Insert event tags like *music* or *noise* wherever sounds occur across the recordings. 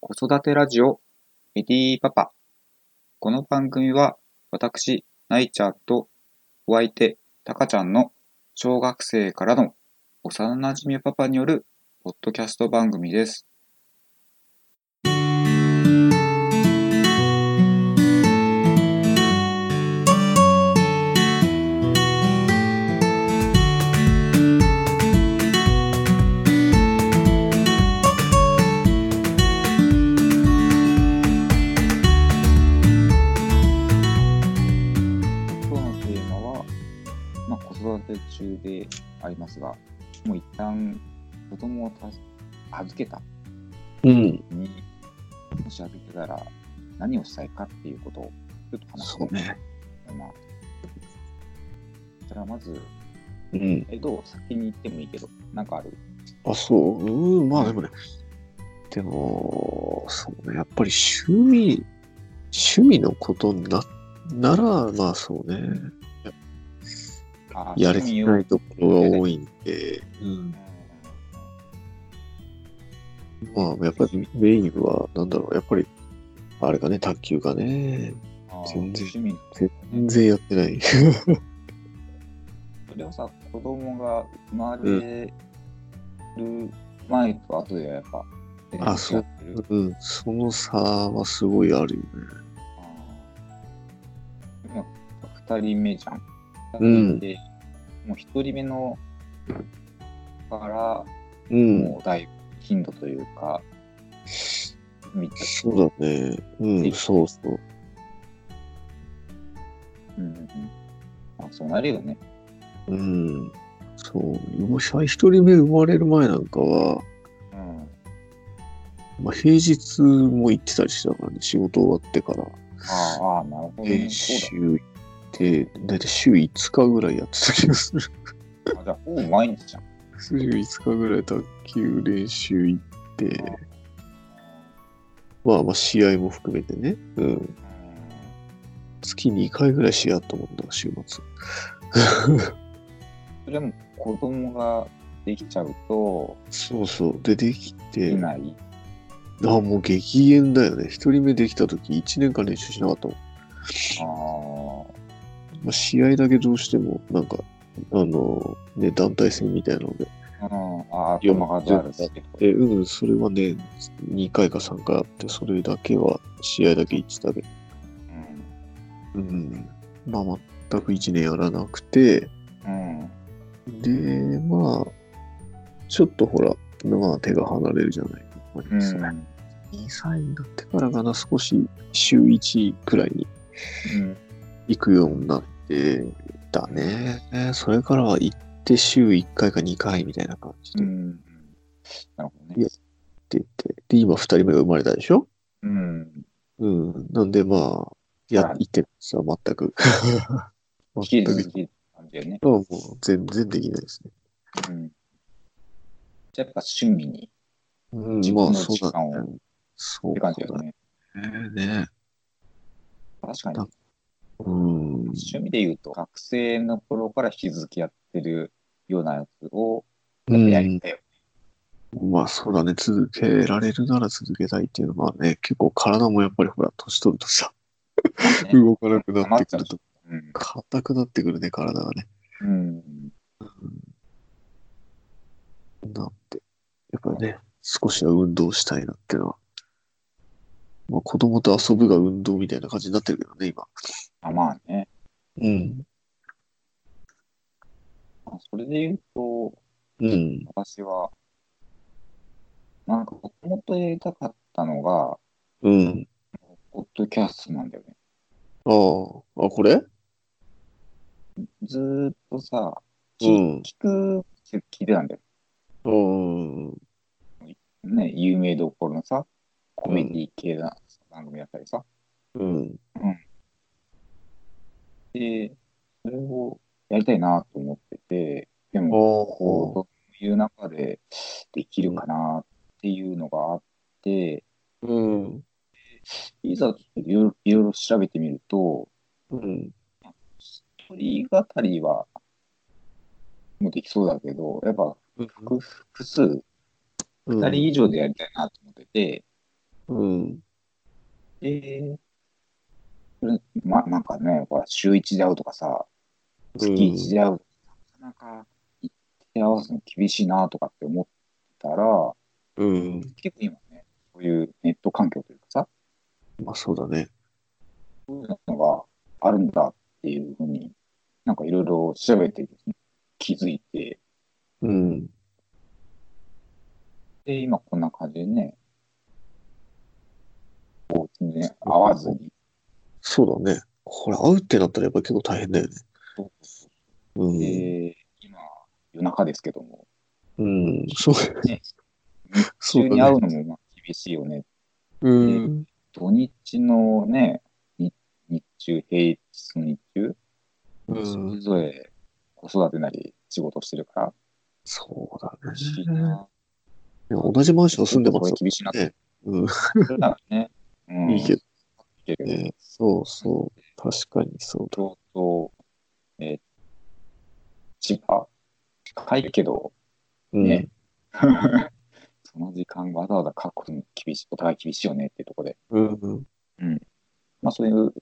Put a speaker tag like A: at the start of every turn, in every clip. A: 子育てラジオメディーパパ。この番組は私、ナイちゃんとお相手、タカちゃんの小学生からの幼馴染パパによるポッドキャスト番組です。今日のテーマは、まあ、子育て中でありますが、もう一旦子供をたす預けた
B: うん、
A: 時に、もし預けたら何をしたいかっていうことをちょっと話して
B: そ
A: み
B: うね。
A: たいな。それはまず、
B: うん。
A: え、どう先に行ってもいいけど、なんかある
B: あ、そう。うん、まあでもね。でも、そうね。やっぱり趣味、趣味のことにな、なら、まあそうね。
A: あ
B: やれ
A: 趣
B: て
A: 味を
B: ないところが多いんで、うん。まあやっぱりメインは、なんだろう、やっぱり、あれがね、卓球がね、
A: あー
B: 全然
A: 趣味
B: 全然やってない。
A: それはさ、子供が生まれる前と後ではやっぱ、
B: あそ
A: や
B: う
A: ってる。
B: *laughs* うん、その差はすごいあるよね。
A: あー今、2人目じゃん。
B: うん
A: で、もう1人目のから、
B: うん。
A: もうだいぶ頻度というか、見た
B: そうだね。うん、そうそう。
A: うんうんうんあ、そうなるよね。
B: うん。そう。もし一人目生まれる前なんかは、
A: うん。
B: まあ、平日も行ってたりしてたからね、仕事終わってから
A: あーあー、なるほど、ね。
B: 練
A: そ
B: 習行って、だいたい週5日ぐらいやってた気がする。 *laughs*
A: うだ。あじゃあ、ほぼ毎日じゃん。
B: 週5日ぐらい卓球練習行って、まあまあ試合も含めてね、うん。
A: うん
B: 月2回ぐらい試合あったもんだ、週末。
A: それも子供ができちゃうと、
B: そうそう。で、で
A: で
B: き
A: き
B: て、あ
A: ない。
B: もう激減だよね。一人目できた時1年間練習しなかったもん。
A: ああ
B: まあ、試合だけどうしても、なんか、あの、ね、団体戦みたいなので、
A: うん、あー頭があるし。
B: で、うん、それはね、2回か3回あって、それだけは、試合だけ行ってたけど、
A: うん。
B: うん、まあ、全く1年やらなくて、
A: うん。
B: で、まあ、ちょっとほら、まあ、手が離れるじゃない。
A: う
B: 2
A: ん。うん
B: 歳になってからかな、少し週1くらいに行くようになって、だね。それからは行って週1回か2回みたいな感じで
A: う。ん。なるほど
B: い
A: ね
B: や。って言って、で、今2人目が生まれたでしょ
A: うん。
B: うん。なんで、まあ、
A: は
B: や
A: い、
B: 言ってるんですよ、
A: *laughs*
B: 全く。
A: 引き
B: 全く。
A: 続きって感じだよね。
B: もう全然できないですね。
A: うん。じゃあやっぱ趣味にっ
B: うん、
A: 自
B: ま
A: 分
B: あ、
A: の
B: そう
A: 時
B: だ
A: 間を
B: ね。そう
A: て
B: だ
A: 感じだよね。
B: ね。ね
A: 確かに
B: だ。うん。
A: 趣味で言うと、学生の頃から引き続きやってるようなやつを
B: う
A: やり
B: ん、
A: たいよ。
B: まあそうだね、続けられるなら続けたいっていうのはね、結構体もやっぱりほら、年取るとさ、
A: ね
B: *laughs* 動かなくなってくると、
A: うん。
B: 硬くなってくるね、体がね。
A: うん。
B: なんて、やっぱりね、少しは運動したいなっていうのは、まあ、子供と遊ぶが運動みたいな感じになってるけどね、今。
A: あまあね。
B: うん。
A: まあそれで言うと、
B: うん。
A: 私は、なんか、もともとやりたかったのが、
B: うん。
A: ポッドキャストなんだよね。
B: ああ、あ、これ
A: ずーっとさ、き
B: うん
A: 聞く、聞いてたんだよ。
B: うん。
A: ね、有名どころのさ、コメディ系な番組だったりさ。
B: うん。
A: で、それをやりたいなと思ってて、で
B: あ
A: も、
B: あ。
A: こう、という中でできるかなっていうのがあって、
B: うん。
A: いざちょっといろいろいろいろ調べてみると、
B: うん。
A: 一人語りは、もうできそうだけど、やっぱ複複数、
B: う
A: 二
B: ん。
A: 人以上でやりたいなと思ってて、
B: うん。
A: ええま、なんかね、ほら週1で会うとかさ、月1で会うとか、なかなか行って合わすの厳しいなとかって思ったら、
B: うん。
A: 結構今ね、そういうネット環境というかさ、
B: まあそうだね。
A: そういうのがあるんだっていうふうになんかいろいろ調べて気づいて、
B: うん。
A: で、今こんな感じでね、こう全然合わずに、
B: そうだね。これ会うってなったらやっぱり結構大変だよね。うん。
A: で、今、夜中ですけども、
B: うん。そう。
A: ね、日
B: そ
A: 中
B: う
A: に会
B: だね。
A: うのもまあ厳しいよね。
B: うん。
A: 土日のね、日日中、平日の日中、
B: う
A: それ
B: ん。
A: ぞれ子育てなり仕事してるから、
B: そうだ
A: 厳しい
B: ね。
A: な。
B: いや同じマンション住んでま
A: これ
B: す。
A: 厳しいなって
B: ねうん。
A: それなら
B: *laughs*
A: ね。うん、
B: いいけど
A: いいけど
B: ね。そうそう。確かにそうだ。
A: 東京、えー千葉、近いけど、
B: うん。
A: ねその時間わざわざ確保に厳しい、お互い厳しいよねっていうところで、
B: うん。
A: まあそういう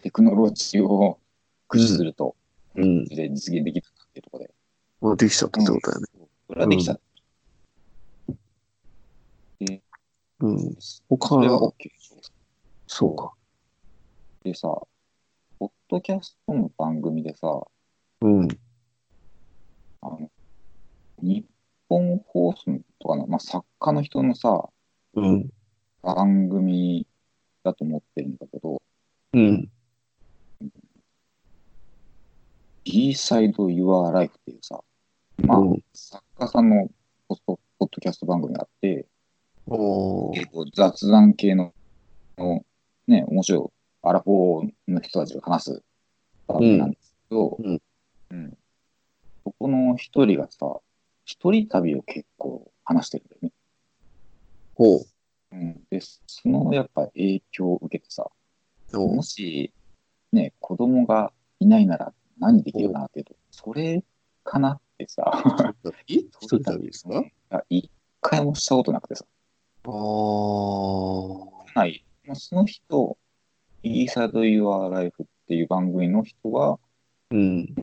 A: テクノロジーを駆使すると、
B: うん。
A: で実現できるなっていうところで、
B: まあできちゃったってことだよね。
A: それはできた。
B: うん。他
A: それは
B: は、
A: OK でしょ。
B: そうか。
A: でさ、ポッドキャストの番組でさ、
B: うん。
A: あの、日本放送とかの、まあ、作家の人のさ、
B: うん。
A: 番組だと思ってるんだけど、
B: うん。
A: B サイド Your Life っていうさ、まあ、
B: うん
A: 作家さんのポッドポッドキャスト番組があって、
B: おー
A: 結構雑談系の、のね、面白い、アラフォーの人たちが話す番組なんですけど、
B: うん
A: うんそこの一人がさ、一人旅を結構話してるんだよね。
B: ほう。
A: うん、で、そのやっぱ影響を受けてさ、
B: お
A: もし、ね、子供がいないなら何できるかなっていうと、それかなってさ、
B: 一人旅です
A: *laughs*
B: か
A: いや一回もしたことなくてさ、
B: ああ。
A: はい。まあ、その人、イーサド・ユア・ライフっていう番組の人は、
B: うん。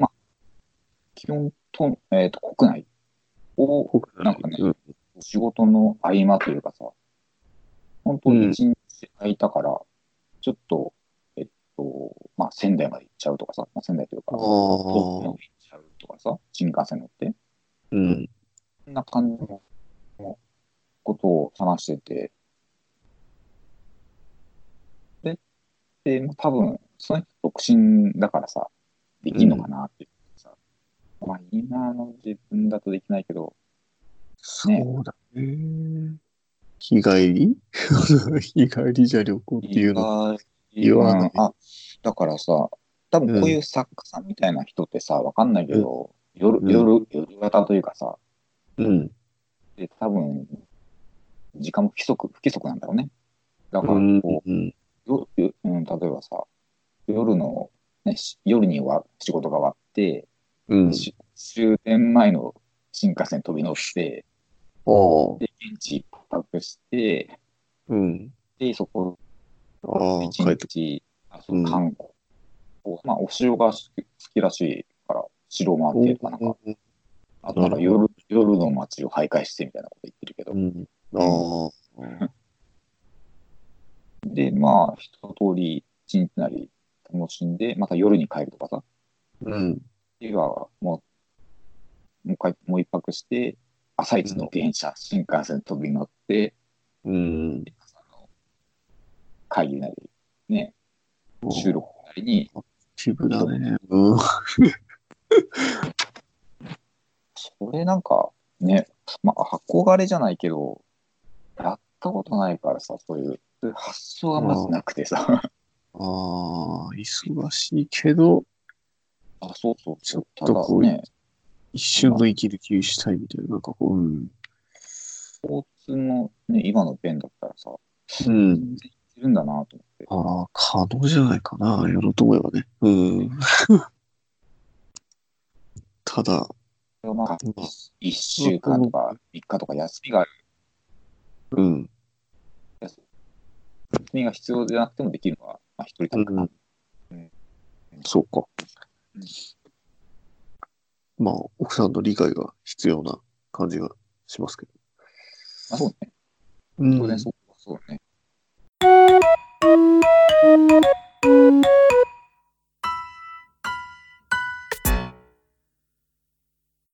A: 基本と、えーと国内を
B: 国
A: なんかね仕事の合間というかさ、本当に一日空いたから、ちょっと、えっと、まあ、仙台まで行っちゃうとかさ、まあ、仙台というか、
B: ああ。
A: 東京まで行っちゃうとかさ、新幹線乗って、
B: うん。
A: そんな感じのことを話してて、で、でまあ多分、その人独身だからさ、できるのかなっていうさ、まあ今の自分だとできないけど、
B: そうだね。日帰り *laughs* 日帰りじゃ旅行っていうの。
A: の
B: 言わない
A: あ、だからさ、多分こういう作家さんみたいな人ってさ、わかんないけど、夜、
B: うん
A: 夜、夜型というかさ、
B: うん。
A: で、多分、時間も不規則、不規則なんだろうね。だから、
B: う
A: こう、
B: ん。うん。
A: よようん、例えばさ、夜の、ね、し夜には仕事が終わって、
B: うん。
A: し終電前の新幹線飛び乗って、
B: ああ。
A: で、現地一泊して、
B: うん。
A: で、そこ、
B: ああ、
A: 一
B: 帰って
A: 日、あそううん観光、まあ、お城が好き好きらしいから、城を回ってとか、なんか、あとなんか夜夜の街を徘徊してみたいなこと言ってるけど
B: う、ん。ああ。
A: で、まあ、一通り、一日なり楽しんで、また夜に帰るとかさ、
B: うん。
A: 次はもう、もう一回、もう一泊して、朝一の電車、新幹線飛び乗って、
B: うん。
A: 朝の会議なり、ね、収録なりに、
B: チブだね。うん。
A: それなんか、ね、まあ、憧れじゃないけど、やったことないからさ、そういう、そういう発想がまずなくてさ、
B: ああ、忙しいけど、
A: あ、そうそう、
B: ちょっと
A: ただ
B: こう
A: ね、
B: 一瞬の息抜きしたいみたいな、なんかこう、うん。
A: 交通のね、今の便だったらさ、
B: うん。
A: 全然いけるんだなと思って。
B: ああ、可能じゃないかな、やろうと思えばね。うん。 *laughs* ただ、
A: まあ、
B: まあ
A: 1週間とか3日とか休みがある
B: うん。
A: 君が必要じゃなくてもできるのは、まあ、一人旅かな。
B: うんそうか。まあ、奥さんの理解が必要な感じがしますけど。
A: まあ、そうね。
B: うん
A: 当然そうそうね。